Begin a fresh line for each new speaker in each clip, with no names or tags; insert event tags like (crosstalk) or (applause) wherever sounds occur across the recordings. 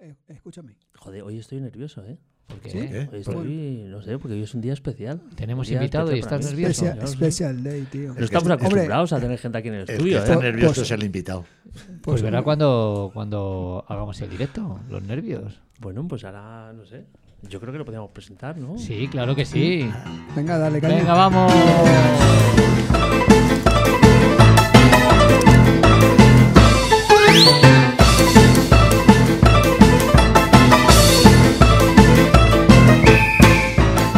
Eh, escúchame.
Joder, hoy estoy nervioso, ¿eh? Porque
¿Sí?
¿Qué?
hoy estoy, no sé, porque hoy es un día especial.
Tenemos
Un día
invitado y
especial
estás
para mí.
nervioso.
Pues
Special,
Yo
special
no sé.
day, tío.
No
Es que
estamos
este- hombre,
acostumbrados a tener gente aquí en el
El que
estudio,
está
¿eh?
Pues-
nervioso
pues-
es el invitado.
Pues verá cuando, cuando hagamos el directo, los nervios.
Bueno, pues ahora, no sé. Yo creo que lo podíamos presentar, ¿no?
Sí, claro que sí.
Venga, dale, caña.
Venga, vamos.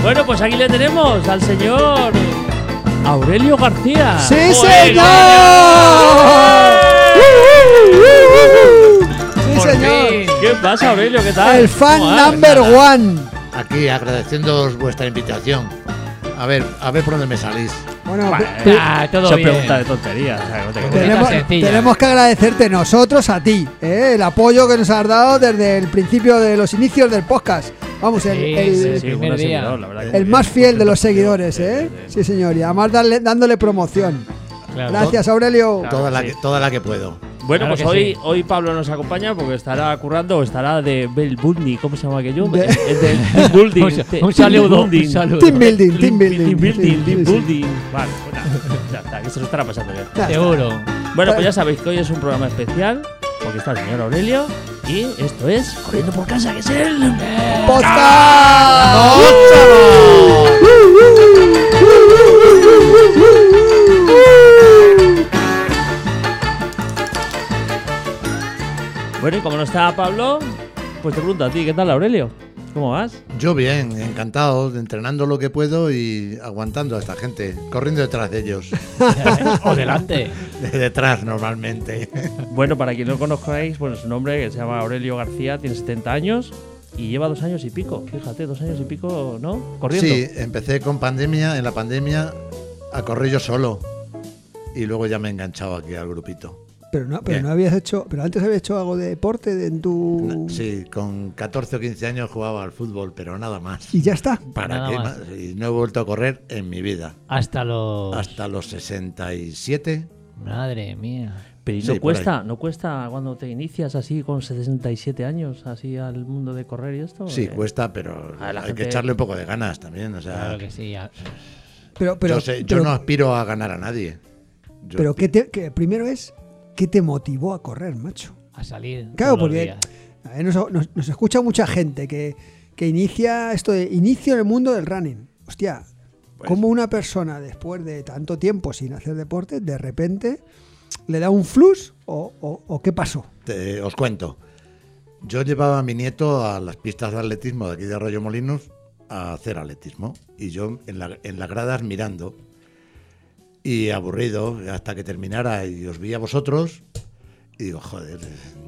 Bueno, pues aquí le tenemos al señor Aurelio García.
¡Sí, señor! ¡Sí,
Por
señor!
fin. ¿Qué pasa, Aurelio? ¿Qué tal?
El fan
¿Cómo vas?
number one.
Aquí agradeciéndoos vuestra invitación. A ver, a ver por dónde me salís.
Bueno,
Ah, todo
Son
bien.
preguntas de tonterías. o sea, no te creas.
tenemos,
sencilla.
tenemos que agradecerte nosotros a ti, ¿eh? el apoyo que nos has dado desde el principio de los inicios del podcast. Vamos, el,
Sí,
el-
sí,
Sí,
El
sí,
primer
buen
día.
seguidor, la verdad que muy
el
bien.
más fiel de los
Sí,
seguidores,
sí,
¿eh?
sí.
Sí, señor, y además darle- dándole promoción.
Claro.
Gracias, Aurelio.
Claro.
Toda la
sí.
que, toda la que puedo.
Bueno,
Claro
pues
que
hoy,
sí.
hoy Pablo nos acompaña porque estará currando o estará de Belbundi, ¿cómo se llama aquello?
De-
Es de Team Building.
(laughs) Un sa-
te-
un saludo,
Team Building.
un saludo.
Team building, team
Team
building.
Team Building,
Sí,
Team
sí.
Building. Vale, pues nada, ya está, que se lo estará pasando bien.
Ya está. (laughs)
Seguro.
Bueno, pues ya sabéis que hoy es un programa especial porque está el señor Aurelio y esto es Corriendo por Casa, que es él.
¡Podcast!
Bueno, y como no está Pablo, pues te pregunto a ti, ¿qué tal Aurelio? ¿Cómo vas?
Yo bien, encantado, entrenando lo que puedo y aguantando a esta gente, corriendo detrás de ellos, (laughs)
o delante.
de detrás normalmente.
Bueno, para quien no lo conozcáis, bueno, su nombre que se llama Aurelio García, tiene 70 años y lleva dos años y pico. Fíjate, dos años y pico, ¿no? Corriendo.
Sí, empecé con pandemia, en la pandemia a correr yo solo y luego ya me he enganchado aquí al grupito.
Pero no, pero
Bien.
no habías hecho, pero antes habías hecho algo de deporte de- en tu
Sí, con 14 o 15 años jugaba al fútbol, pero nada más.
y ya está.
¿Para
Nada
qué
más.
más? Y no he vuelto a correr en mi vida.
Hasta los.
Hasta los 67.
Madre mía.
Pero ¿y
Sí,
no
por
cuesta, no cuesta cuando te inicias así con 67 años, así al mundo de correr y esto.
Sí, pues,
Eh,
cuesta, pero
A la
hay
gente-
que echarle un poco de ganas también. O sea,
Claro que sí. a-
Pero, pero,
yo, sé- yo
pero,
no aspiro a ganar a nadie. Yo-
pero ¿qué te- qué- primero es qué te motivó a correr, macho.
A salir.
Claro,
todos los
porque
días.
a ver, nos, nos- nos escucha mucha gente que, que inicia esto de inicio en el mundo del running. Hostia,
Pues-
como una persona después de tanto tiempo sin hacer deporte, de repente le da un flux o, o- o qué pasó.
te- os cuento. Yo llevaba a mi nieto a las pistas de atletismo de aquí de Arroyo Molinos a hacer atletismo. Y yo en, la- en las gradas mirando. Y aburrido hasta que terminara y os vi a vosotros. Y digo, joder,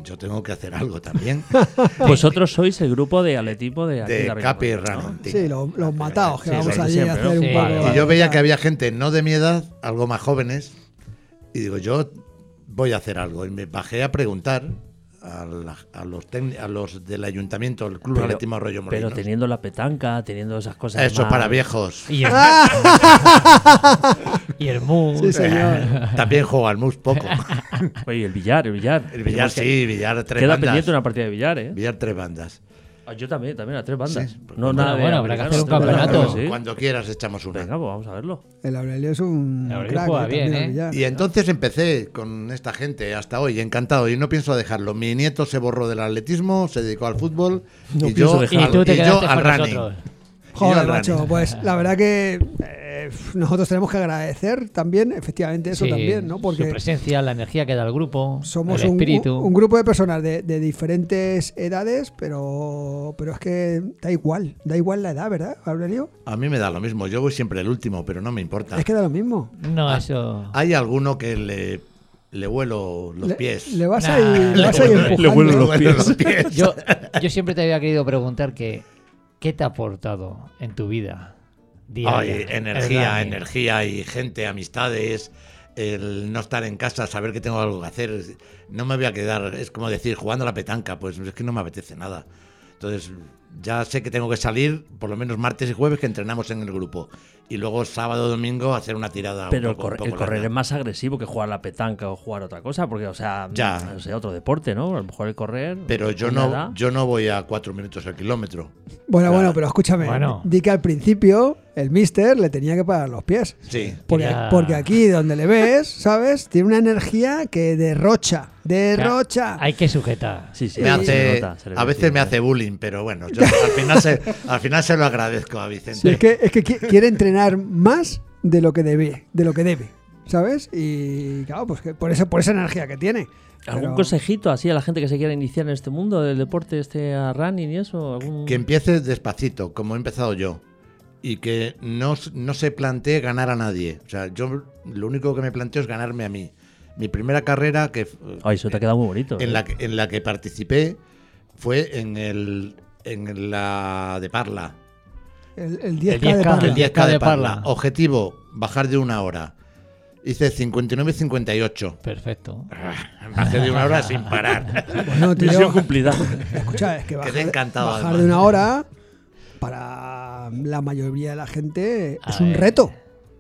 yo tengo que hacer
(laughs)
algo también.
(laughs) Vosotros sois el grupo de atletismo de aquí
de
Rincón,
Capi
¿no?
Running Team.
Sí, los,
eh,
los matados que
sí,
vamos
lo de
allí a
siempre, ¿no?
hacer un
Sí,
poco.
vale,
Y yo veía que había gente no de mi edad, algo más jóvenes, y digo, yo voy a hacer algo. Y me bajé a preguntar a, la- a los, tecni- a los del ayuntamiento, el Club
Pero-
Atletismo Arroyo
Pero
Molinos.
teniendo la petanca, teniendo esas cosas.
Eso
más-
para viejos.
Y
(laughs)
el, y el mood.
Sí, señor.
(laughs) También juega al
(laughs)
mus poco.
Oye, el billar, el billar.
El billar
Tenemos que-
sí, billar tres
Queda
bandas.
pendiente una partida de billar, ¿eh?
Billar tres bandas.
Ah, Yo también, también a tres bandas.
Sí. pues,
No,
Bueno,
nada de
bueno, habrá que
americano,
hacer un
tres bandas,
campeonato.
sí.
Cuando quieras echamos una.
Venga, pues vamos a verlo.
El Aurelio es un
El Aurelio
crack.
juega
eh,
bien,
también,
¿eh?
ya.
Y entonces empecé con esta gente hasta hoy, encantado, y no pienso dejarlo. Mi nieto se borró del atletismo, se dedicó al fútbol,
No
y,
pienso
yo,
dejarlo.
Y tú te
y yo
quedaste
al
con
running.
nosotros.
Y yo al
Joder, macho,
running.
pues la verdad que eh, nosotros tenemos que agradecer también, efectivamente, eso
Sí,
también, ¿no?
Su
Porque
presencia, la energía que da el grupo.
somos
el
un,
espíritu.
un grupo de personas de, de diferentes edades, pero, pero es que da igual, da igual la edad, ¿verdad, Aurelio?
A mí me da lo mismo, yo voy siempre el último, pero no me importa.
Es que da lo mismo.
No, eso.
Ah.
Hay alguno que le, le huelo los
Le-
pies.
Le, vas
Nah,
a ir,
le
vas a ir
vuelo- le
empujando.
vuelo los
huelo
pies.
pies.
Yo, yo siempre te había querido preguntar que ¿qué te ha aportado en tu vida? diaria?
Ay,
El
energía,
running.
energía y gente, amistades, el no estar en casa, saber que tengo algo que hacer. No me voy a quedar, es como decir, jugando a la petanca, pues es que no me apetece nada. Entonces, ya sé que tengo que salir por lo menos martes y jueves que entrenamos en el grupo. Y luego sábado, domingo hacer una tirada. un
Pero el,
poco- un
cor-
poco
el correr es
larga.
más agresivo que jugar la petanca o jugar otra cosa, porque, o sea,
Ya.
o sea, otro deporte, ¿no? A lo mejor el correr.
Pero yo
con la edad.
no, yo no voy a cuatro minutos al kilómetro.
Bueno, bueno, pero escúchame.
Bueno.
Di que al principio el mister le tenía que pagar los pies.
Sí.
Porque,
Ya.
porque aquí donde le ves, ¿sabes? Tiene una energía que derrocha. Derrocha.
Hay que sujetar.
Sí, sí,
Me
se
hace,
le nota, se le
a
ve,
veces
sí,
me hace bullying, pero bueno, yo al, final se, al final se lo agradezco a Vicente.
Sí, es que, es que qui- quiere entrenar más de lo que debe, de lo que debe, ¿sabes? Y claro, pues que por, eso, por esa energía que tiene.
¿Algún
Pero-
consejito así a la gente que se quiera iniciar en este mundo del deporte, este a running y eso? ¿Algún...
Que empiece despacito, como he empezado yo. Y que no, s- no se plantee ganar a nadie. O sea, yo lo único que me planteo es ganarme a mí. Mi primera carrera que, f-
Ay, eso te ha quedado muy bonito.
en,
¿eh?
la, que- en la que participé fue en, el, en la de Parla.
El, el 10K, de
10K.
Parla.
El 10K Ah, de
de Parla.
Parla. Objetivo, bajar de una hora. Hice 59 y 58.
Perfecto.
Bajé de una hora sin parar.
Bueno, tío,
Misión cumplida.
escucha, es que bajar,
Quedé encantado,
bajar
además.
de una hora para la mayoría de la gente
A
es un
ver.
reto.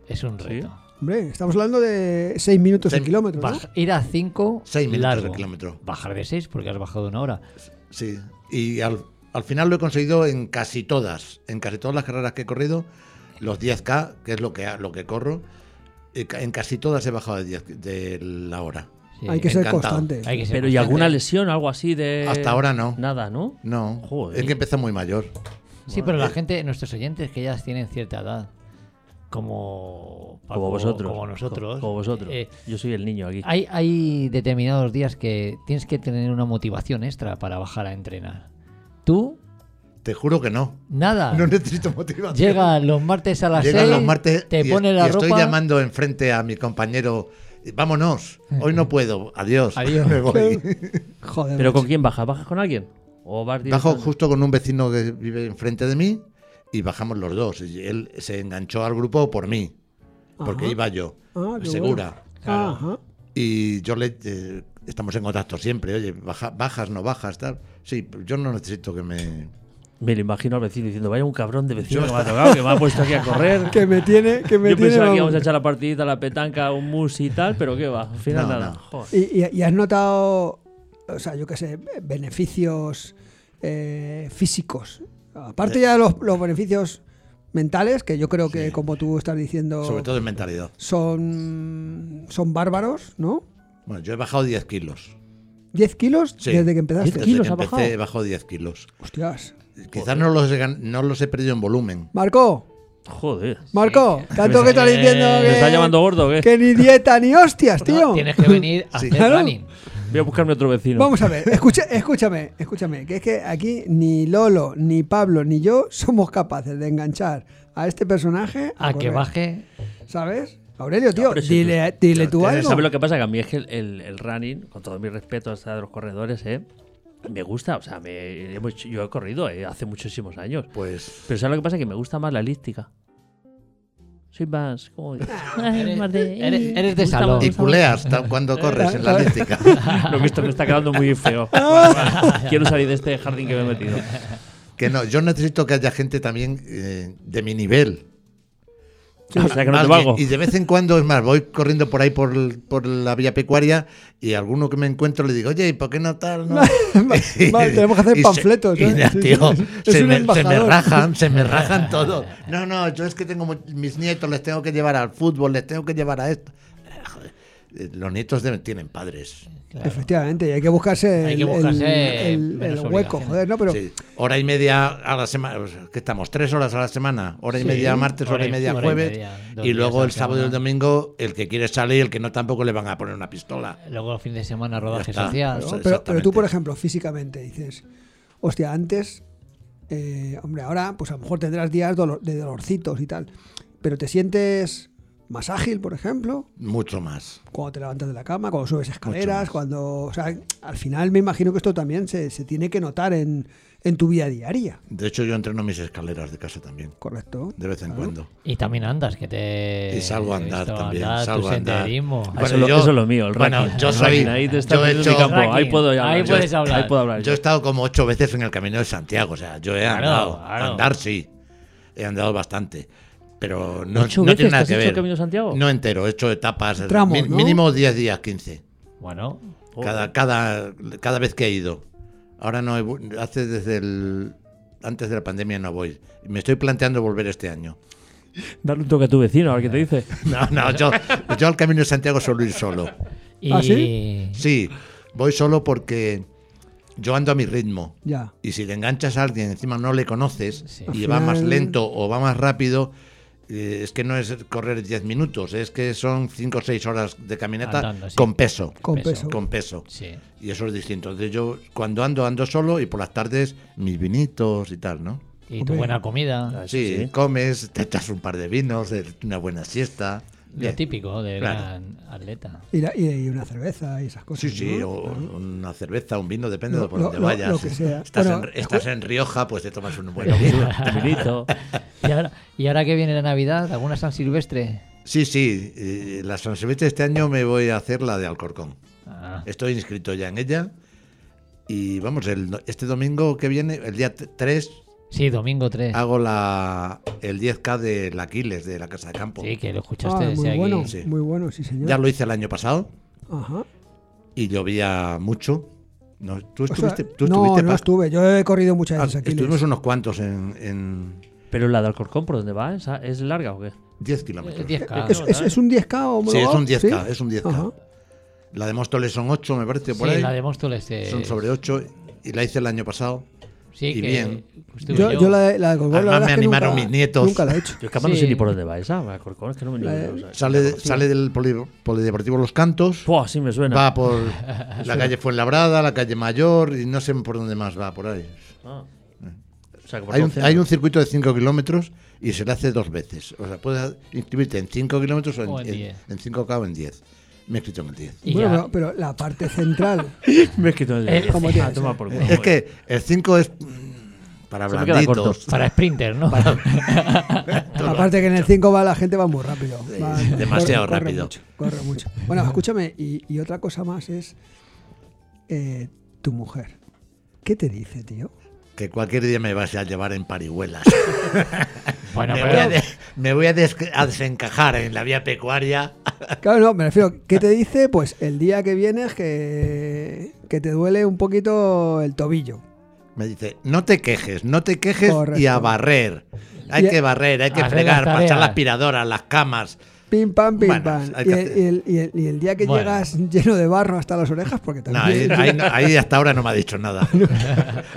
Es un reto.
Hombre, estamos hablando de 6 minutos
Seis-
el kilómetro. ¿no?
baja.
Ir a 5
Seis minutos
largo.
al kilómetro.
Bajar de 6 porque has bajado una hora.
(laughs) Sí. Y al, al final lo he conseguido en casi todas. En casi todas las carreras que he corrido. Los 10K, que es lo que, ha- lo que corro. y ca- En casi todas he bajado de, 10 de la hora.
Sí.
Hay que ser
encantado.
constante.
Hay que ser
Pero ¿y
constante.
alguna lesión, algo así de...?
Hasta ahora no.
Nada, Eh, ¿no?
No.
Joder.
Es que empecé muy mayor.
Sí, pero la gente, nuestros oyentes que ya tienen cierta edad, Ah, como Paco,
como vosotros.
como nosotros,
Co- Como vosotros.
eh,
Yo soy el niño aquí.
hay, hay determinados días que tienes que tener una motivación extra para bajar a entrenar. Tú,
Te juro que no.
nada.
No necesito motivación.
Ah. Llega los martes a las
Llegan
6,
los martes
te
y,
pone la
y
ropa.
estoy llamando enfrente a mi compañero. Vámonos. Hoy no puedo. Adiós.
Adiós.
(laughs) Me voy.
Joder.
¿Pero
macho.
con quién bajas? ¿Bajas con alguien? ¿O vas
Bajo
directamente?
justo con un vecino que vive enfrente de mí y bajamos los dos. Y él se enganchó al grupo por mí, porque
Ajá.
iba yo,
Ah, qué
segura. Ah.
bueno.
Claro.
Ajá.
Y yo le. eh, estamos en contacto siempre, oye, baja- bajas, no bajas, tal. Sí, pero yo no necesito que me.
Me lo imagino al vecino diciendo, vaya un cabrón de vecino que me ha tocado, que me ha puesto aquí a
(laughs)
correr.
Que me tiene, que me
Yo
tiene.
pensaba que
vamos.
íbamos a echar la partidita, la petanca, un mus y tal, pero ¿qué va? Al final
No,
nada.
no.
Joder.
¿Y, y- y has notado, o sea, yo qué sé, beneficios eh, físicos? Aparte ya de los, los beneficios mentales, que yo creo que,
Sí.
como tú estás diciendo,
Sobre todo en mentalidad.
son, son bárbaros, ¿no?
Bueno, yo he bajado 10 kilos.
10 kilos
Sí.
desde que empezaste.
10
Desde
kilos
que
ha
empecé
bajado?
he bajado 10 kilos.
Hostias.
Quizás no los, he, gan- no los he perdido en volumen.
Marco,
Joder.
Marco, tanto
Me
que
está-
estás diciendo que.
¿Me está llamando eh. gordo o qué?
Que ni dieta ni hostias,
Pues No,
tío.
Tienes que venir a
Sí.
hacer
Claro.
running.
Voy a buscarme otro vecino.
Vamos a ver, escucha- escúchame, escúchame, que es que aquí ni Lolo, ni Pablo, ni yo somos capaces de enganchar a este personaje
A que
correr,
baje.
¿sabes? Aurelio, tío,
pero si
dile, dile tú
tienes-
algo.
¿Sabes
(laughs)
lo que pasa? Que a mí es que el, el- el running, con todo mi respeto hasta de los corredores, ¿eh? me gusta. O sea, me, hemos- yo he corrido eh, hace muchísimos años.
Pues.
Pero ¿sabes lo que pasa? Que me gusta más la elíptica. Soy más. como- (laughs) más de-
Ah, eres- eres de
Me gusta
salón.
más- (laughs)
Y culeas tal, cuando corres en la atlética.
(laughs)
Lo que esto me está quedando muy feo. Quiero salir de este jardín que me he metido.
Que no, yo necesito que haya gente también eh, de mi nivel.
O sea, que no te
Alguien.
valgo.
Y de vez en cuando, es más, voy corriendo por ahí por, el- por la vía pecuaria y alguno que me encuentro le digo, oye, ¿y por qué no
(laughs)
tal? No? (laughs)
vale, tenemos que hacer
Y se-
panfletos,
y
¿no? (laughs)
ya,
Sí,
tío,
sí, sí. Es
se,
un
me, se me
embajador.
rajan, se
(laughs)
me rajan todo. No, no, yo es que tengo mu- mis nietos, les tengo que llevar al fútbol, les tengo que llevar a esto. Eh, joder, eh, Los nietos deben- tienen padres.
Claro.
Efectivamente, y hay que buscarse,
Hay que
el- el-
buscarse
el, el
menos
hueco,
obligaciones.
joder, ¿no? Pero
Sí, Hora y media a la semana, ¿qué estamos? ¿Tres horas a la semana? Hora y
Sí,
media martes, hora, y media jueves.
media, dos
y
días a
luego
la
el sábado y el
semana.
domingo, el que quiere sale y el que no tampoco le van a poner una pistola.
Luego el fin de semana rodaje
está. Pues,
social.
Eso
Pero- pero,
es.
pero tú,
exactamente.
por ejemplo, físicamente dices, hostia, antes, eh, hombre, ahora pues a lo mejor tendrás días dolo- de dolorcitos y tal, pero te sientes más ágil, por ejemplo,
Mucho más.
cuando te levantas de la cama, cuando subes escaleras,
más.
cuando... O sea, al final me imagino que esto también se, se tiene que notar en, en tu vida diaria,
De hecho, yo entreno mis escaleras de casa también,
¿correcto?
de
Ah.
vez en cuando.
Y también andas, que te.
Y salgo a
he
andar
visto
también,
andar,
salgo
tu
a andar.
senderismo.
Bueno,
eso, es lo-
yo-
eso es lo mío, el
bueno,
racking.
yo
El
soy-
racking, Ahí te está
yo he
metiendo en mi
hecho-
campo, Ahí
Racking,
puedo hablar.
ahí
yo.
puedes hablar.
Ahí puedo hablar.
Yo
yo.
he estado como ocho veces en el Camino de Santiago, o sea, yo he
Claro,
andado,
claro.
andar sí, he andado bastante, pero no,
¿Ocho
no
veces
tiene
te
nada
has
que
hecho
ver.
el Camino de Santiago?
No entero, he hecho etapas,
Tramos,
mi-
¿no?
mínimo 10 días, 15,
Bueno,
Joder.
cada, cada, cada vez que he ido. Ahora no, he vu- hace desde el, antes de la pandemia no voy, me estoy planteando volver este
(laughs)
año.
Dale un toque a tu vecino, a ver qué te
(laughs)
dice.
No, no, yo, yo al Camino de Santiago suelo ir solo.
y.
¿Ah, sí?
Sí, voy solo porque yo ando a mi ritmo.
Ya.
Y si le enganchas a alguien, encima no le conoces
Sí.
y
Al
va más
final-
lento o va más rápido, eh, es que no es correr 10 minutos, es que son 5 o 6 horas de caminata
Andando, sí.
con peso.
Con
Peso.
peso.
Con peso.
Sí.
Y eso es distinto. Entonces yo cuando ando, ando solo y por las tardes mis vinitos y tal, ¿no?
Y tu
Hombre.
buena comida.
Eso
Sí,
sí.
comes, te echas un par de vinos, eh, una buena siesta.
Lo
Bien.
típico de
Claro.
gran atleta.
Y, la- y- y una cerveza y esas
Sí,
cosas.
sí,
¿no?
o
Claro.
una cerveza, un vino, depende
Lo-
de por
lo-
donde
lo-
vayas.
lo que sea.
(laughs) Estás,
Bueno,
en, estás en Rioja, pues te tomas un buen
Un
vino.
vinito.
Y ahora, y ahora que viene la Navidad, ¿alguna San Silvestre?
Sí, sí, eh, la San Silvestre este año me voy a hacer la de Alcorcón.
Ah,
Estoy inscrito ya en ella. Y vamos, el do- este domingo que viene, el día t- 3,
sí, domingo 3.
hago la, el 10K del Aquiles, de la Casa de Campo.
Sí, que lo escuchaste
Ah,
desde
muy
aquí.
bueno,
Sí.
muy bueno, sí, señor.
Ya lo hice el año pasado
Ajá.
y llovía mucho. No, ¿Tú
O sea,
estuviste? tú
no,
estuviste,
no
Paco?
estuve. Yo he corrido muchas
Ah,
veces aquí.
estuvimos unos cuantos en, en
Pero la de Alcorcón, ¿por dónde va? ¿Esa- ¿Es larga o qué?
10
Eh,
kilómetros.
10K.
¿Es, es- es un 10K o
Sí, es un
homologado?
10K,
¿Sí?
es un 10K.
Ajá.
La de Móstoles son 8, me parece, por
Sí,
ahí.
la de Móstoles. eh,
Son sobre 8 y la hice el año pasado.
Sí,
y
que
bien.
estuve
Yo, yo la, de- la de Golgol, la
Además,
verdad
me
es que
animaron
nunca-
mis nietos.
Nunca la he hecho.
Yo es que además no sé
Sí.
ni por dónde va esa, la de Alcorcón, es que no me ni-
Eh,
o sea,
Sale, de-
no, sí.
sale del poli- Polideportivo Los Cantos,
Buah, sí me suena.
va
(laughs)
por la calle Fuenlabrada, la calle Mayor y no sé por dónde más va, por ahí.
Ah. O sea, que por
Hay un,
todo
hay
cena.
un circuito de 5 kilómetros y se le hace dos veces. O sea, puedes inscribirte en 5 kilómetros o en,
O en
en-
10.
en 5K o en 10. Me he inscrito en el 10.
Y
Bueno,
ya-
pero, pero la parte central.
(laughs) Me he escrito en el
(laughs)
Eh,
¿cómo
Ah,
tienes?
toma por culo.
Es que el 5 es mm, para
Se me queda corto.
(laughs)
blanditos.
Para sprinter, ¿no?
Aparte que en el 5 va la gente va muy rápido. va-
Sí, (laughs) demasiado
corre- corre
rápido.
mucho, corre mucho. Bueno, escúchame, y, y otra cosa más es eh, tu mujer. ¿Qué te dice,
(laughs)
tío?
Que cualquier día me vas a llevar en parihuelas.
(laughs) bueno,
me,
pero-
voy a de- me voy a des- a desencajar en la vía pecuaria.
Claro, no, me refiero, ¿qué te dice? Pues el día que vienes que, que te duele un poquito el tobillo.
Me dice, no te quejes, no te quejes y
Correcto.
a barrer. Hay
Y-
que barrer, hay que
Hacer las
fregar, pasar la
tareas.
aspiradora, las camas.
Pim, pam, pim,
Bueno,
pam.
hay
Y
que
el,
hacer-
y el- y el- y el día que
Bueno.
llegas lleno de barro hasta las orejas, porque
No, ahí,
también... (laughs)
ahí no- ahí hasta ahora no me ha dicho nada.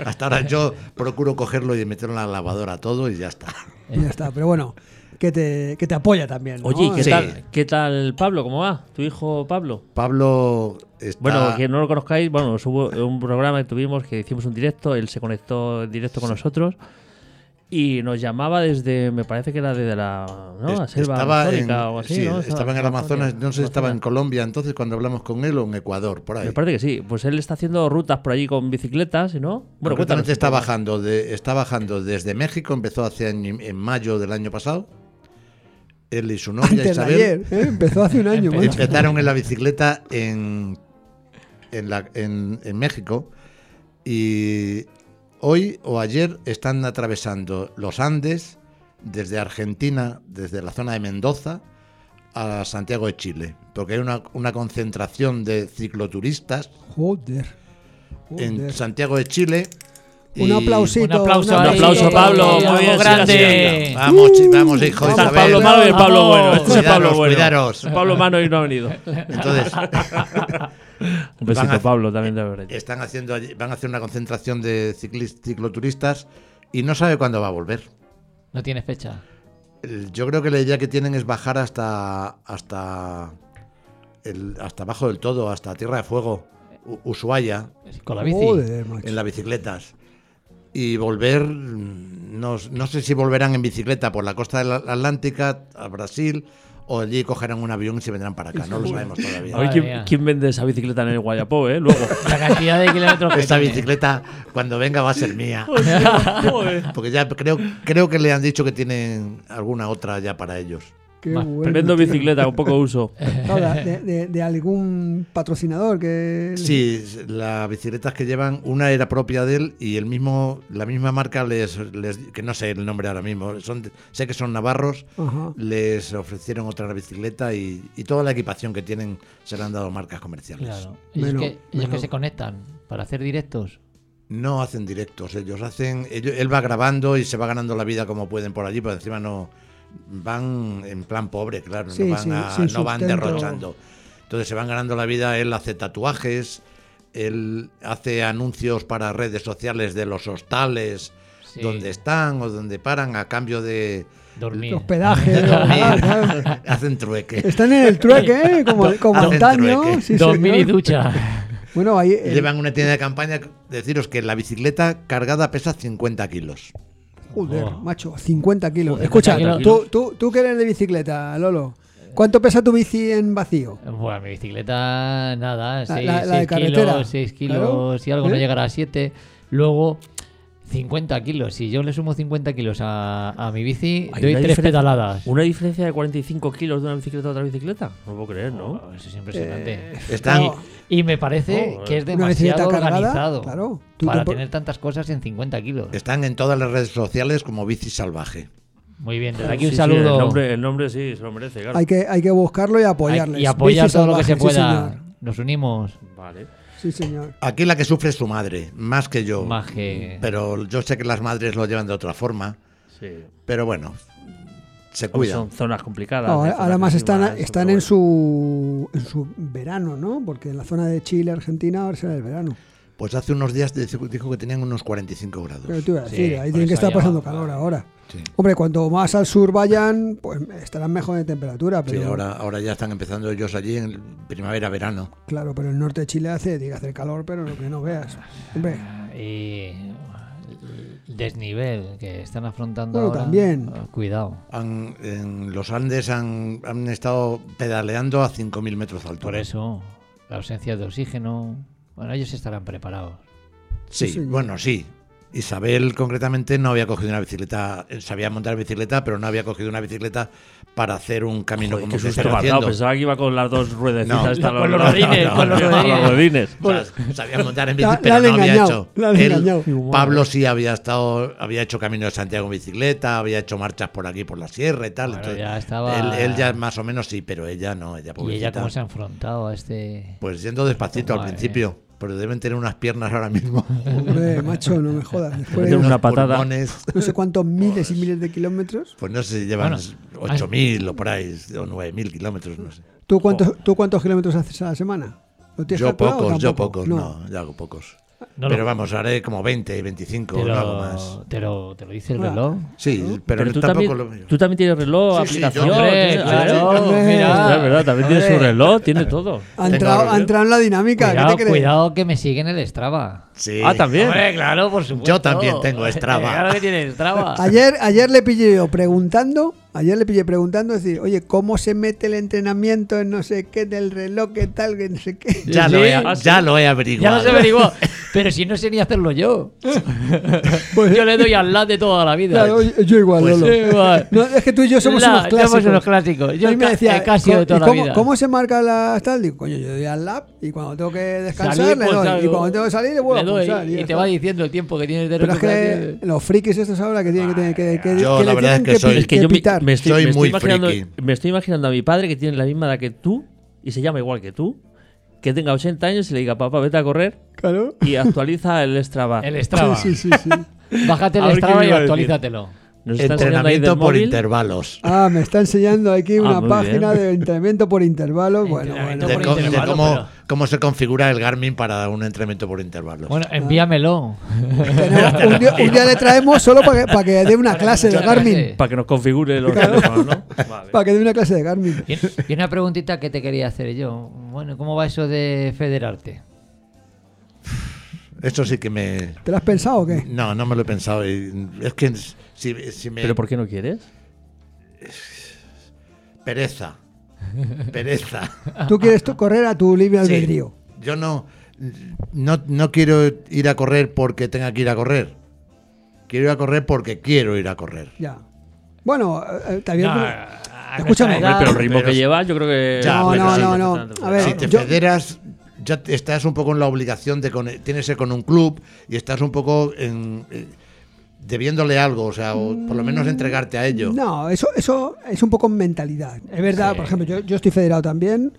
hasta ahora yo procuro cogerlo y meterlo en la lavadora todo y ya está.
y ya está, pero bueno, que te, que te apoya también. ¿no?
Oye, ¿y qué
Sí.
tal? ¿Qué tal Pablo? ¿Cómo va? ¿Tu hijo Pablo?
Pablo está...
Bueno, que no lo conozcáis, bueno, os hubo un programa que tuvimos que hicimos un directo, él se conectó en directo con nosotros y nos llamaba desde, me parece que era desde la, ¿no?
es-
la selva amazónica o algo así,
sí,
¿no?
estaba en el Amazonas, no sé si estaba en Colombia entonces cuando hablamos con él o en Ecuador, por ahí.
Me parece que sí, pues él está haciendo rutas por allí con bicicletas, ¿no? Bueno, cuéntanos.
Concretamente está bajando, de- está bajando desde México, empezó hace año- en mayo del año pasado. Él y su novia
Antes de
Isabel
ayer, ¿eh? empezó hace un año,
Empezó.
macho.
empezaron en la bicicleta en, en, la- en- en México y hoy o ayer están atravesando los Andes desde Argentina, desde la zona de Mendoza a Santiago de Chile, porque hay una, una concentración de cicloturistas
Joder.
en
Joder.
Santiago de Chile.
Un
y-
aplausito.
Un aplauso,
Un
ahí,
aplauso, Pablo,
vamos,
muy bien,
grande. Ah,
Vamos, chi- vamos, hijo
Vamos,
Está el Ah, Pablo
Isabel.
Malo y el Pablo
Vamos.
Bueno. Este es el
Cuidaros,
Pablo Bueno.
cuidaros.
El Pablo Malo y no ha venido. Un
Entonces,
besito,
a- Eh,
Pablo, también de verdad.
están haciendo, allí- van a hacer una concentración de ciclis- cicloturistas y no sabe cuándo va a volver.
No tienes fecha.
El- Yo creo que la idea que tienen es bajar hasta hasta el- hasta abajo del todo, hasta Tierra de Fuego, U- Ushuaia,
Con la bici.
Joder, macho.
en las bicicletas. Y volver, mm, no, no sé si volverán en bicicleta por la costa de la Atlántica a Brasil o allí cogerán un avión y se vendrán para acá. No lo sabemos
A
todavía.
ver
Madre
quién,
mía.
quién vende esa bicicleta en el Guayapó, ¿eh? Luego.
La cantidad de kilómetros que
Esta
tiene.
bicicleta, cuando venga, va a ser mía.
Joder.
(laughs) Porque ya creo, creo que le han dicho que tienen alguna otra ya para ellos.
Qué
Va,
bueno,
Vendo
tío.
bicicleta con poco (laughs) uso.
Toda, de, de- de algún patrocinador que.
Sí, las bicicletas que llevan, una era propia de él y el mismo, la misma marca les, les- que no sé el nombre ahora mismo, son, sé que son navarros,
Ajá.
les ofrecieron otra bicicleta y, y toda la equipación que tienen se la han dado marcas comerciales.
Claro. Y es
Menos-
que, ellos que
menos-
se conectan para hacer directos.
No hacen directos, ellos hacen, ello- él va grabando y se va ganando la vida como pueden por allí, pero encima no van en plan pobre, claro,
Sí,
no van,
sí,
a-
sin
no van
sustento.
derrochando. Entonces se van ganando la vida, él hace tatuajes, él hace anuncios para redes sociales de los hostales,
Sí.
donde están o donde paran a cambio de
Dormir.
Hospedaje. (laughs) ah, claro.
(laughs) hacen trueque.
Están en el trueque, ¿eh? Como, como
Hacen
antaño.
trueque.
sí,
Dormir y
señor. (laughs)
ducha.
Bueno, ahí. el-
Llevan una tienda de campaña, deciros que la bicicleta cargada pesa 50 kilos.
Joder,
Oh.
macho, 50 kilos.
50
Escucha,
kilos.
Tú, tú, tú que eres de bicicleta, Lolo. ¿Cuánto pesa tu bici en vacío?
Bueno, mi bicicleta, nada,
La-
6
la- la de carretera.
kilos, 6 kilos
Claro.
y algo, no
¿Eh?
llegará a 7. Luego, 50 kilos. Si yo le sumo 50 kilos a, a mi bici,
Hay
doy
una
3
diferencia-
pedaladas.
¿Una diferencia de 45 kilos de una bicicleta a otra bicicleta? No lo puedo creer, ¿no?
Oh, Eso es impresionante.
Están,
no.
Y, y me parece
Oh,
que es
Una bicicleta
demasiado
cargada.
organizado
Claro. Tú
para
te po-
tener tantas cosas en 50 kilos.
están en todas las redes sociales como bici salvaje.
Muy bien, desde aquí
eh, Sí,
un
sí,
saludo.
el, nombre, el nombre sí se lo merece, claro.
hay, que, hay que buscarlo y apoyarles.
y apoyar
Bici
todo lo que se
salvaje,
pueda. Nos unimos
Vale.
Sí, señor.
Aquí la que sufre es su madre, más que yo.
más que...
Pero yo sé que las madres lo llevan de otra forma.
Sí.
Pero bueno, se
Hombre,
cuidan.
Pues Son zonas complicadas.
Sí, señor. No,
de
ahora-
zonas
ahora más
encima,
están,
eso,
están
pero
en,
bueno.
su, en su verano, ¿no? Porque en la zona de Chile, Argentina, ahora será el verano.
Pues hace unos días dijo dijo que tenían unos 45 grados.
Pero te iba a
Sí,
decir, ahí
por
tienen que
eso
estar
ya
pasando
va.
calor ahora.
Sí.
Hombre, cuanto más al sur vayan, pues estarán mejor de temperatura.
Sí,
Pero,
ahora, ahora ya están empezando ellos allí en primavera, verano.
Claro, pero el norte de Chile hace, tiene que hacer calor, pero lo que no veas. Hombre,
y el desnivel que están afrontando
Bueno,
ahora,
también.
eh, cuidado
Han- en los Andes han, han estado pedaleando a 5.000 metros de altura.
por eso la ausencia de oxígeno bueno ellos estarán preparados
Sí,
Sí, señor.
bueno, sí. Isabel concretamente no había cogido una bicicleta, eh, sabía montar bicicleta, pero no había cogido una bicicleta para hacer un camino
Joder,
como
qué
se
susto pues, me
está
ha dado.
haciendo.
Pensaba que iba con las dos ruedecitas.
No.
estas,
Con
las-
los rodines,
no,
con los
no,
rodines.
rodines.
O sea, sabía montar en
La-
bicicleta,
la
pero
han
no había
engañado,
hecho.
la han
Él-
engañado.
Pablo sí había estado, había hecho camino de Santiago en bicicleta, había hecho marchas por aquí por la sierra y tal.
Bueno,
entonces,
ya estaba-
él, él ya más o menos sí, pero ella no, ella
y ella
pobrecita.
cómo se ha enfrentado a este
Pues yendo despacito al
Madre
principio, pero deben tener unas piernas ahora mismo.
hombre, macho, no me jodas. Después de
Una
unos
patada.
pulmones.
no sé cuántos miles y miles de kilómetros.
Pues no sé si llevan
Bueno,
8.000 o por ahí, o 9.000 kilómetros, no sé.
¿Tú cuántos, ¿Tú cuántos kilómetros haces a la semana? ¿Lo tienes
Yo
calculado o
pocos, yo
tampoco?
pocos, no. yo hago pocos.
No
pero
lo-
vamos, haré como 20, 25,
te,
no hago más.
lo, te lo te lo dice el
Hola.
reloj
Sí, pero,
Pero tú
tampoco
también,
lo veo.
tú también tienes reloj,
Sí, sí, yo-
aplicación.
Hombre,
tienes- Ah,
claro,
Hombre.
mira.
Ostras, es verdad, también tiene su
Hombre.
reloj, tiene todo.
Ha
Tengo
entrado,
algo,
ha
¿eh?
entrado en la dinámica. ¿qué
cuidado
te crees?
cuidado que me siguen el Strava
Sí.
Ah, también.
Hombre, claro por supuesto
Yo también tengo
Eh,
Strava.
claro que tienes Strava
Ayer, ayer le pillé yo preguntando, ayer le pillé preguntando, decir, oye, ¿cómo se mete el entrenamiento en no sé qué, del reloj, qué tal, que no sé qué?
Ya,
Sí,
lo he,
ah,
ya lo he
Ya
averiguado.
no se averiguó. (laughs) Pero si no sé ni hacerlo
(laughs)
yo. yo le doy al late toda la vida.
Pues Claro, yo, yo igual,
Pues
Lolo.
sí, igual.
No, es que tú y yo somos
La-
unos
somos
clásicos.
unos clásicos. Yo
Él me
ca-
decía,
he casi
"Co-
de toda
¿y
la
cómo,
vida".
¿Cómo se marca la tal? Digo, coño, yo doy al lap y cuando tengo que descansar
Salir,
le
pues,
doy.
salgo.
Y cuando tengo que salir le vuelvo
Le
a
doy,
pulsar. y ya
Y te
está.
va diciendo el tiempo que tienes de
Pero es que
recuperación.
los frikis estos ahora que tienen que, tener que, que,
Yo,
que
la
le
verdad es
tienen
que soy-
pi-
Es
Es que yo me,
pitar.
me estoy,
Soy
me estoy
muy
imaginando,
friki.
me estoy imaginando a mi padre que tiene la misma edad que tú y se llama igual que tú, que tenga 80 años y le diga, papá, vete a correr
Claro.
y actualiza el Strava.
El Strava.
(laughs) Sí, sí, sí.
Bájate
A
el
ver qué me
Strava y
iba a decir.
actualízatelo.
Nos está enseñando ahí
Entrenamiento
del
por
móvil.
intervalos.
Ah, me está enseñando aquí
Ah,
una
muy
página
bien.
de entrenamiento por
(laughs)
intervalos. Bueno,
Entrenamiento
bueno.
por
De, co- de
intervalos,
cómo,
pero-
cómo se configura el Garmin para un entrenamiento por intervalos.
Bueno,
Ah.
envíamelo.
Tenemos- un, día, un día le traemos solo para que, para que dé una clase de
una
Garmin.
clase.
Para que nos configure los teléfonos, ¿no? Vale.
Para que dé una clase de Garmin.
Y y una preguntita que te quería hacer yo. Bueno, ¿cómo va eso de federarte?
Eso sí que me...
¿Te lo has pensado o qué?
No, no me lo he pensado. y- Es que si, si me...
¿Pero por qué no quieres?
(laughs)
pereza. Pereza.
Tú quieres tú correr a tu libre
Sí.
albedrío.
Yo no, no, no quiero ir a correr porque tenga que ir a correr. Quiero ir a correr porque quiero ir a correr.
Ya. Bueno, eh, eh, también.
No,
pero-
a
Escúchame.
nuestra edad-
pero el ritmo
Pero
que
sí.
llevas, yo creo que.
Ya,
no,
pero
no,
sí,
no, no.
bastante,
A ver,
si te
yo-
federas, ya te- estás un poco en la obligación de con- tienes que ir con un club y estás un poco en- eh, debiéndole algo, o sea, o por lo menos entregarte a ello.
Mm, No, eso, eso es un poco mentalidad. Es verdad,
Sí.
por ejemplo, yo, yo estoy federado también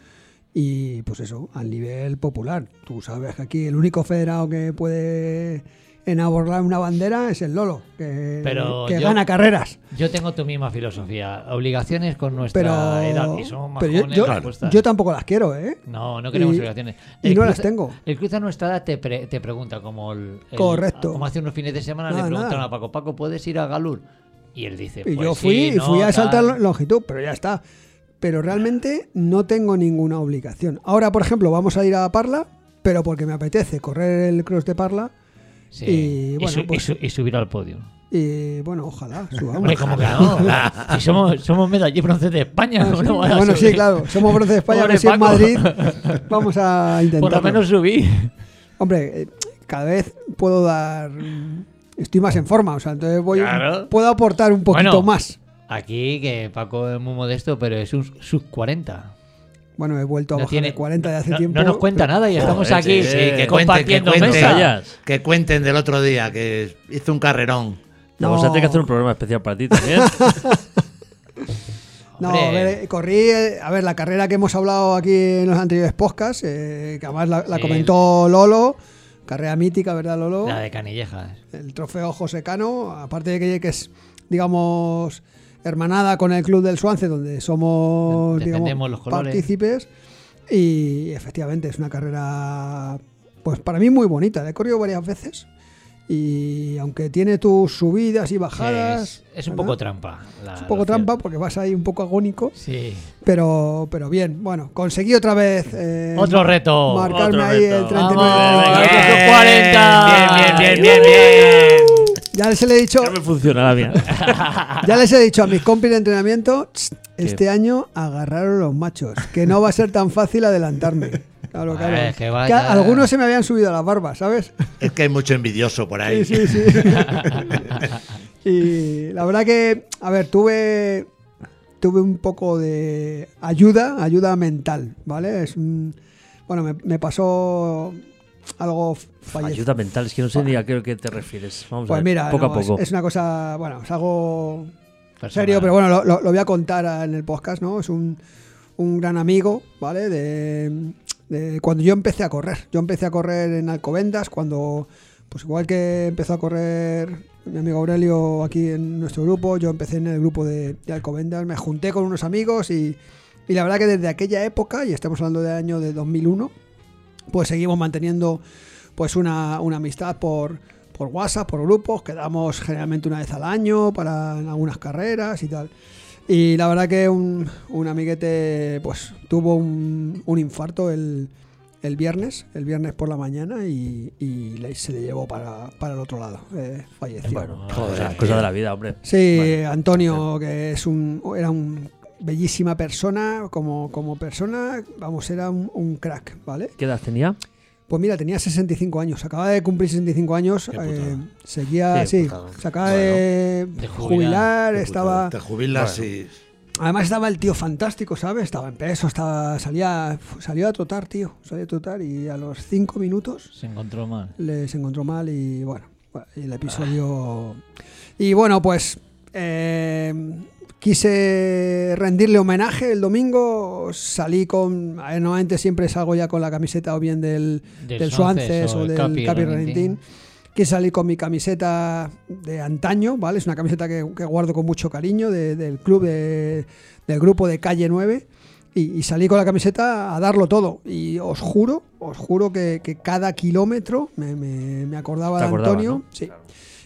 y pues eso, al nivel popular. Tú sabes que aquí el único federado que puede enaborrar una bandera es el Lolo, que,
Pero
que
yo-
gana carreras.
Yo tengo tu misma filosofía. Obligaciones con nuestra
Pero,
edad. Y somos más
pero yo,
jóvenes
yo-
respuestas.
yo tampoco las quiero, ¿eh?
No, no queremos
Y-
obligaciones.
y no las tengo.
El cruce a nuestra edad te, pre- te pregunta, como el, el-
Correcto.
Como hace unos fines de semana
Nada,
le preguntaron
nada.
a Paco, Paco, ¿puedes ir a Galur? Y él dice,
Y
pues
yo
sí,
fui, y
no,
fui a
tal.
saltar longitud, pero ya está. Pero realmente no tengo ninguna obligación. Ahora, por ejemplo, vamos a ir a Parla, pero porque me apetece correr el cross de Parla.
Sí.
y
Y,
bueno,
su- y
pues-
su- y subir al podio.
Y bueno, ojalá, subamos. (laughs)
Hombre, como que no. Si somos, somos medalla y bronce de España. ¿cómo no vas a
bueno, Ah, sí,
subir? (laughs)
claro. Somos bronce de España, pero
Pobre
si en
Paco. (laughs)
Madrid vamos a intentar.
Por lo menos subí.
Hombre, eh, cada vez puedo dar. Estoy más en forma, o sea, entonces voy.
Claro.
Puedo aportar un poquito
Bueno.
más.
Aquí, que Paco es muy modesto, pero es un sub 40.
Bueno, he vuelto a
No
bajar
tiene-
de 40 de hace
no-
tiempo.
No nos cuenta nada y estamos
Joder,
aquí
sí, sí, que
compartiendo
cuenten, que
mesa.
cuenten.
Vaya.
Que cuenten del otro día, que hizo un carrerón.
No, vamos a tener que hacer un programa especial para ti también.
No,
Hombre.
a ver, eh, corrí. eh, A ver, la carrera que hemos hablado aquí en los anteriores podcasts, eh, que además la, la
Sí.
comentó Lolo. Carrera mítica, ¿verdad, Lolo?
La de Canillejas.
el trofeo José Cano, aparte de que, que es, digamos, hermanada con el club del Suance, donde somos
Defendemos
digamos,
los colores.
partícipes. Y efectivamente es una carrera, pues para mí muy bonita. La he corrido varias veces. Y aunque tiene tus subidas y bajadas.
Es, es un
¿verdad?
poco trampa. la-
Es un poco
lo
trampa
cierto.
porque vas ahí un poco agónico.
Sí.
Pero, pero bien, bueno, conseguí otra vez. eh,
Otro reto.
Marcarme
Otro
ahí
reto.
el 39.
Vamos,
Venga,
otro
venga.
sub 40.
Bien, bien, bien, bien, bien.
Ya se le he dicho.
No me funciona la mía.
Ya les he dicho a mis compis de entrenamiento, "Tss, este año agarraron los machos, que no va a ser tan fácil adelantarme. Claro,
(laughs) A
claro.
ver, que
a-
vaya.
algunos se me habían subido a las barbas, ¿sabes?
Es que hay mucho envidioso por ahí.
Sí,
(laughs)
sí, sí. y la verdad que, a ver, tuve tuve un poco de ayuda, ayuda mental, ¿vale? Es un- bueno, me, me pasó algo fallecido.
Ayuda mental, es que no sé ni a qué, qué te refieres. Vamos a
Pues
ver,
mira,
poco
no,
a
es-
poco.
Es, una cosa, bueno, es algo
Personal.
serio, pero bueno, lo, lo- lo voy a contar ah, en el podcast, ¿no? Es un, un gran amigo, ¿vale? De, de cuando yo empecé a correr. Yo empecé a correr en Alcobendas, cuando, pues igual que empezó a correr mi amigo Aurelio aquí en nuestro grupo, yo empecé en el grupo de, de Alcobendas, me junté con unos amigos y, y la verdad que desde aquella época, y estamos hablando del año de 2001, pues seguimos manteniendo pues una, una amistad por, por WhatsApp, por grupos, quedamos generalmente una vez al año para en algunas carreras y tal. Y la verdad que un, un amiguete pues tuvo un, un infarto el, el viernes, el viernes por la mañana y, y le- se le llevó para, para el otro lado, eh, falleció.
Bueno,
Joder,
cosa,
tío.
cosa de la vida, hombre.
Sí, Antonio, que es un, era una bellísima persona, como, como persona, vamos, era un- un crack, ¿vale?
¿Qué edad tenía?
Pues mira, tenía 65 años, acaba de cumplir 65 años,
Qué putada.
eh, seguía,
Qué
sí,
putada.
se acaba de,
De
jubilar,
jubilar,
estaba...
Te jubilas y.
Además estaba el tío fantástico, ¿sabes? Estaba en peso, estaba, salía, fu- salió a trotar, tío, salió a trotar y a los 5 minutos
Se encontró mal.
les encontró mal y bueno, bueno, y el episodio... Y bueno, pues eh, quise rendirle homenaje el domingo, salí con... a ver, Normalmente siempre salgo ya con la camiseta o bien del del, Suances o del Capi, Reventín, que salí con mi camiseta de antaño, ¿vale? Es una camiseta que, que guardo con mucho cariño de- del club, de- del grupo de Calle 9. Y, y salí con la camiseta a darlo todo. Y os juro, os juro que, que cada kilómetro me, me- me acordaba
Te
de
acordabas,
Antonio.
¿no?
Sí.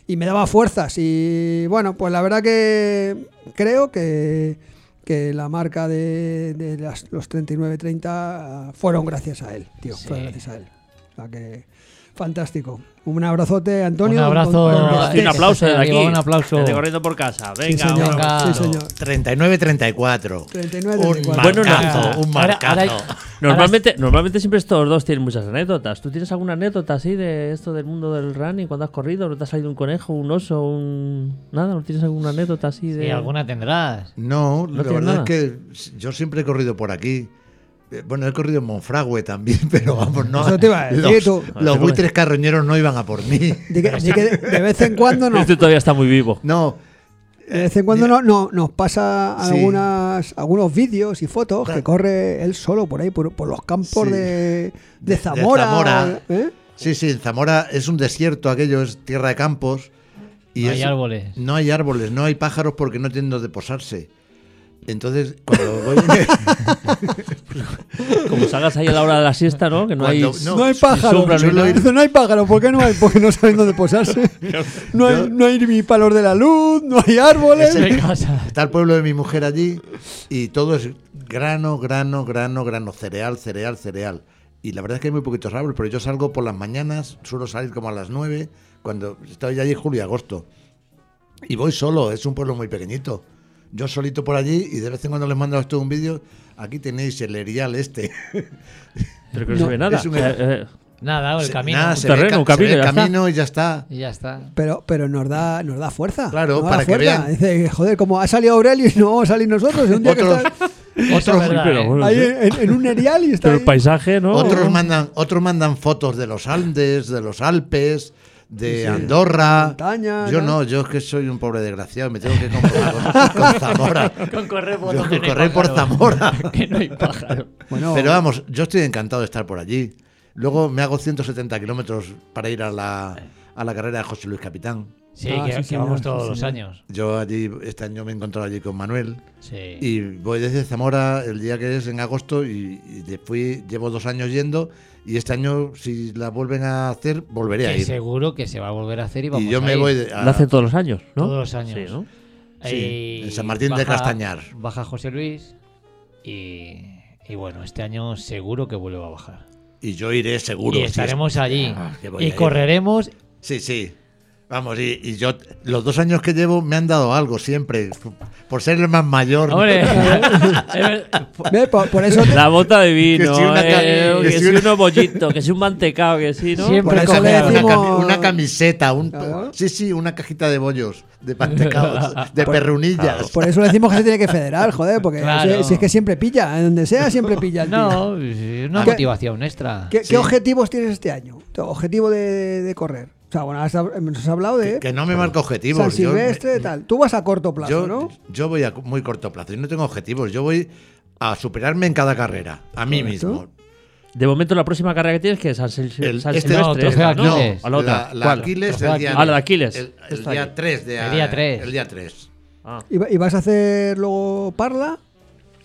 Y me daba fuerzas. Y bueno, pues la verdad que creo que, que la marca de, de las- los 39-30 fueron gracias a él, tío.
Sí.
Fueron gracias a él. sea que fantástico. Un abrazote, Antonio.
Un abrazo.
Con- con-
Y un
que
aplauso
se
desde aquí.
arriba, un aplauso.
Desde corriendo por casa.
Sí,
Venga,
señor.
vamos.
Sí,
vamos.
señor.
39-34.
39-34.
Un
Bueno,
marcazo,
nada.
un
Ahora-
marcazo.
ahora hay-
Normalmente, normalmente siempre estos dos tienen muchas anécdotas. ¿Tú tienes alguna anécdota así de esto del mundo del running? Cuando has corrido, ¿no te ha salido un conejo, un oso, un... Nada, ¿no tienes alguna anécdota así de...?
Y alguna tendrás.
Eh.
No,
No
la
tiene
verdad
nada.
es que yo siempre he corrido por aquí. Eh, Bueno, he corrido en Monfragüe también, (laughs) pero vamos, no.
Eso te iba a decir, tú.
los, los buitres carroñeros no iban a por mí. (laughs)
Di que- di que de, de vez en cuando nos,
Este todavía está muy vivo.
No,
de vez en cuando no, no- nos pasa
Sí.
algunas, algunos vídeos y fotos
Claro.
que corre él solo por ahí, por, por los campos
Sí.
de, de
de
Zamora.
Zamora.
¿eh?
sí, sí, en Zamora es un desierto, aquello es tierra de campos. Y
No hay
es-
árboles.
No hay árboles, no hay pájaros porque no tienen donde posarse. Entonces, cuando voy.
Como salgas ahí a la hora de la siesta, ¿no? Que no hay...
Cuando-
No,
No,
hay
sí,
pájaro.
sombra,
Dice,
no hay
(laughs) No hay pájaro. ¿Por qué no hay? Porque no saben dónde posarse. No hay,
(laughs) Yo-
no hay ni palos de la luz, no hay árboles.
Ese-
¿Qué pasa?
Está el pueblo de mi mujer allí y todo es grano, grano, grano, grano, cereal, cereal, cereal. Y la verdad es que hay muy poquitos árboles, pero yo salgo por las mañanas, suelo salir como a las 9, cuando estoy allí julio y agosto. Y voy solo, es un pueblo muy pequeñito. Yo solito por allí y de vez en cuando les mando a esto un vídeo. Aquí tenéis el erial este.
Pero que no, se ve nada.
es un-
Eh, eh,
Nada,
(laughs)
el camino.
Nada,
Un
se ve
terreno,
ca-
un
se
camino,
ve
ya
el
está.
camino y ya está.
Y ya está.
Pero, pero nos da nos da fuerza.
Claro,
nos da
para que
fuerza.
vean.
Dice, joder, como ha salido Aurelio y no vamos a salir nosotros. y un día que
Otros,
está
Eso es
otros,
verdad,
pero
¿eh?
bueno,
ahí
sí.
en, en un erial y está
Pero el
ahí.
paisaje,
Oh.
¿no?
Otros mandan, otros mandan fotos de los Andes, de los Alpes, de Andorra.
Montaña,
yo
¿no?
no, yo es que soy un pobre desgraciado, me tengo que comparar
(laughs)
con, con Zamora.
Con correr por,
Yo
donde no
con
hay
correr por
pájaro.
Zamora.
que no hay pájaro.
Bueno,
Pero vamos, yo estoy encantado de estar por allí. Luego me hago 170 kilómetros para ir a la, a la carrera de José Luis Capitán.
Sí,
(laughs) Ah,
que,
sí,
que
señor,
vamos
sí,
todos los
señor.
años.
Yo allí, este año me he encontrado allí con Manuel.
Sí.
Y voy desde Zamora el día que es en agosto y, y de- fui- llevo dos años yendo y este año si la vuelven a hacer volveré a
que
ir.
seguro que se va a volver a hacer y vamos
Y yo
a
me
ir.
voy de- a-
Lo hacen todos los años, ¿no?
Todos los años.
Sí, ¿no?
Sí,
Y
en San Martín de Castañar.
Baja José Luis y, y bueno, este año seguro que vuelve a bajar.
y yo iré seguro.
y
si es-
estaremos allí.
Ah, que voy
y
a ir.
correremos.
Sí, sí. Vamos, y, y yo los dos años que llevo me han dado algo siempre. Por ser el más mayor.
(laughs) eh,
(laughs)
Hombre,
ve, por, por eso te-
La bota de vino,
Que si una ca-
eh,
que
que,
si
si
una-
unos bollitos, que si un mantecado, que si, ¿no?
Siempre.
por eso le
Una,
decimos.
cami- una camiseta, un,
Claro.
sí, sí, una cajita de bollos,
(laughs)
de pantecados,
Pues,
de perrunillas.
Por eso le decimos que se tiene que federar, joder, porque
Claro.
si, si es que siempre pilla, en donde sea siempre pilla. el tío.
no, es una
¿Qué-
motivación extra.
¿Qué,
Sí.
qué objetivos tienes este año? Tu Objetivo de, de correr. O sea, bueno, has hab- nos has hablado de
Que no me marco
San
objetivos. yo me-
Silvestre, tal. Tú vas a corto plazo,
yo,
¿no?
yo voy a cu- muy corto plazo. Yo no tengo objetivos. Yo voy a superarme en cada carrera, a mí
Correcto.
mismo.
De momento la próxima carrera que tienes que es San, Sil-
El-
San
este-
Silvestre.
No, trofeo
¿no?
Aquiles.
A la otra.
La, la
¿Cuál?
Aquiles
Trofeo
el día
Aquiles.
Ah, la de Aquiles.
El, el
Está
día
aquí.
3 de
El día 3.
El día 3.
Ah.
¿Y, va- y vas a hacer luego Parla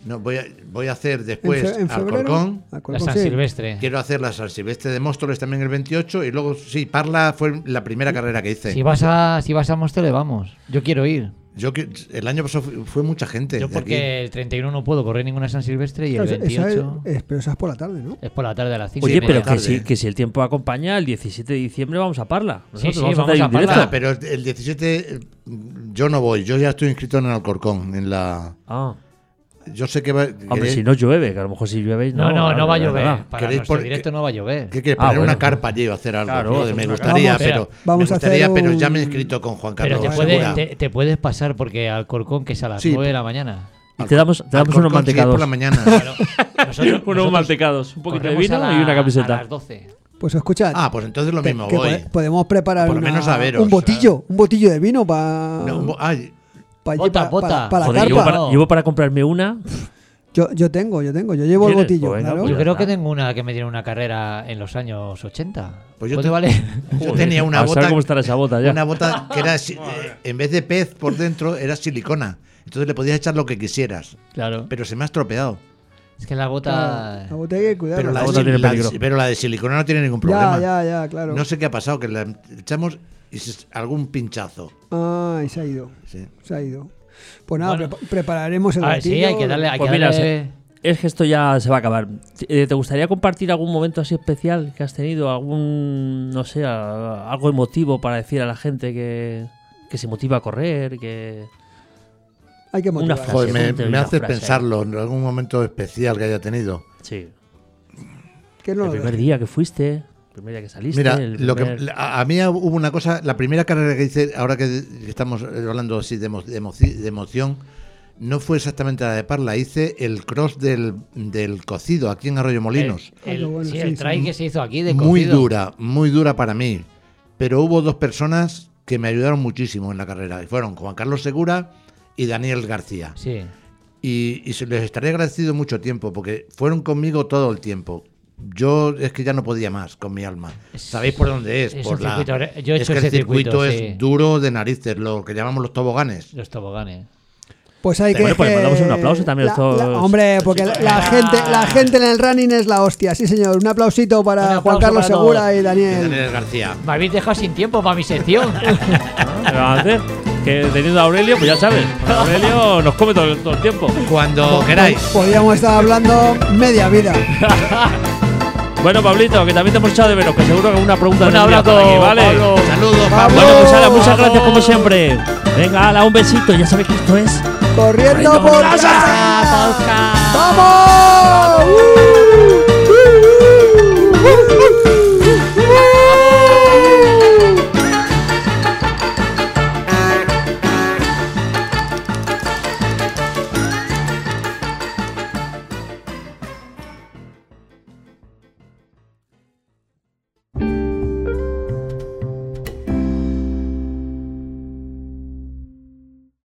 No, voy, a, voy a hacer
en,
después
fe- en febrero.
Pues Alcorcón.
La
Alcorcón,
San
sí.
Silvestre.
Quiero hacer la San Silvestre de Móstoles también el 28. Y luego, sí, Parla fue la primera carrera que hice.
Si vas a, si vas a Móstoles, vamos. Yo quiero ir.
Yo que- el año pasado fue, fue mucha gente.
Yo
de aquí.
porque el 31 no puedo correr ninguna San Silvestre y el
Claro, esa- esa
28
es, es- pero esa es por la tarde, ¿no?
es por la tarde a las 5.
Oye,
por
pero
la
que
tarde.
si, que si el tiempo acompaña, el 17 de diciembre vamos a Parla. Nosotros
sí,
vamos,
vamos
a,
a
hacer un
Parla.
Nada,
directo.
Ah, pero el 17 eh, yo no voy. Yo ya estoy inscrito en Alcorcón. En la,
Ah.
yo sé que va. eh,
Hombre,
queréis-
si no llueve, que a lo mejor si llueve.
No, no, no,
claro,
va a
de
llover.
verdad.
Para
¿Queréis
nuestro
por-
directo
que-
no va a llover.
¿Qué quieres?
Ah,
Poner
bueno.
una carpa allí o hacer algo.
Claro, pues,
Joder,
hacemos
me
una
gustaría,
carpa.
pero.
Vamos
me
a hacer
gustaría, pero ya
un-
me he inscrito con Juan Ah,
Pero
Carlos.
te,
puede-
puedes
Segura.
te, te puedes pasar porque al Corcón que es a las
Sí.
9 de la mañana.
Y te damos, te damos
Alcorcón,
unos
sí, es
mantecados.
por la mañana.
Pero nosotros,
(laughs) unos mantecados, un poquito de vino
corremos a la-
y una camiseta.
A las 12.
Pues escucha,
Ah, pues entonces lo
te-
mismo
que
voy.
pode- podemos preparar
Por lo
una-
menos a veros, ¿eh?
un botillo, un botillo de vino para
No, bo- ay,
Bota, bota.
la
Joder, llevo
carpa.
para, llevo para comprarme una.
Yo, yo tengo, yo tengo, yo llevo el
¿Tienes?
botillo,
Pues venga,
claro.
pues
Yo
ya
creo
está.
que tengo una que me dieron una carrera en los años 80.
Pues yo
¿Puede
te-
valer?
yo tenía una
a saber
bota,
cómo estará esa bota ya. (laughs)
una bota que era si- eh, en vez de pez por dentro era silicona. Entonces le podías echar lo que quisieras,
Claro.
pero se me ha estropeado.
Es que la bota.
Claro, La botella hay que cuidarla.
Pero la,
la
de
bota
si-
tiene
la de-
peligro.
pero la de silicona no tiene ningún problema.
ya, ya, ya, claro.
No sé qué ha pasado, que la echamos y se- algún pinchazo.
Ay, se ha ido,
Sí.
se ha ido. Pues nada,
Bueno.
prepa- prepararemos el
Ah,
botillo.
sí, hay que darle. Hay
Pues
que
mira,
darle-
se- es que esto ya se va a acabar. Eh, ¿Te gustaría compartir algún momento así especial que has tenido? ¿Algún, no sé, a- algo emotivo para decir a la gente que, que se motiva a correr? Que...
Hay que
Una
motivar.
frase.
Joder, me,
ponte
me
una
hace
frase.
pensarlo en algún momento especial que haya tenido.
Sí.
Que no eh.
El
lo
primer
dejes.
día que fuiste, el primer día que saliste.
Mira,
el
lo
primer-
que,
(laughs)
a, a mí hubo una cosa, la primera carrera que hice, ahora que estamos eh, hablando así de, emo- de emoci- de emoción, no fue exactamente la de Parla, hice el cross del, del cocido aquí en Arroyo Molinos.
Ah, qué
El,
bueno,
sí,
sí, sí.
el try que se hizo aquí Eh, de
muy
cocido.
dura, muy dura para mí. Pero hubo dos personas que me ayudaron muchísimo en la carrera, y fueron Juan Carlos Segura y Daniel García.
Sí.
Y, y se les estaré agradecido mucho tiempo, porque fueron conmigo todo el tiempo. Yo es que ya no podía más con mi alma. ¿Sabéis por dónde es?
es
por
un circuito re- yo he
es
hecho
que el
ese circuito,
circuito
sí.
es duro de narices, lo que llamamos los toboganes.
Los toboganes.
Pues hay que.
Bueno, pues
que-
mandamos un aplauso también a
la-
todos.
la- hombre, porque la, la
Ah.
gente, la gente en el running es la hostia. Sí, señor. Un aplausito para
Un
Juan
aplauso
Carlos
para
Segura
todos.
y Daniel.
Daniel García.
Me habéis dejado sin tiempo para
(laughs)
mi sección.
¿Qué vamos a hacer? Que teniendo a Aurelio, pues ya sabes, Aurelio nos come todo, el- todo el tiempo.
Cuando queráis.
Podríamos estar hablando media vida.
Bueno, Pablito, que también te hemos echado de menos, que seguro que una pregunta
Un
tendría
abrazo,
por aquí, ¿vale?
Pablo.
Saludos, Pablo.
Bueno, pues ala,
Pablo.
muchas gracias como
Pablo.
siempre. Venga, ala, un besito, ya sabéis que esto es.
Corriendo por casa.
Podcast.
¡Vamos! ¡Uh!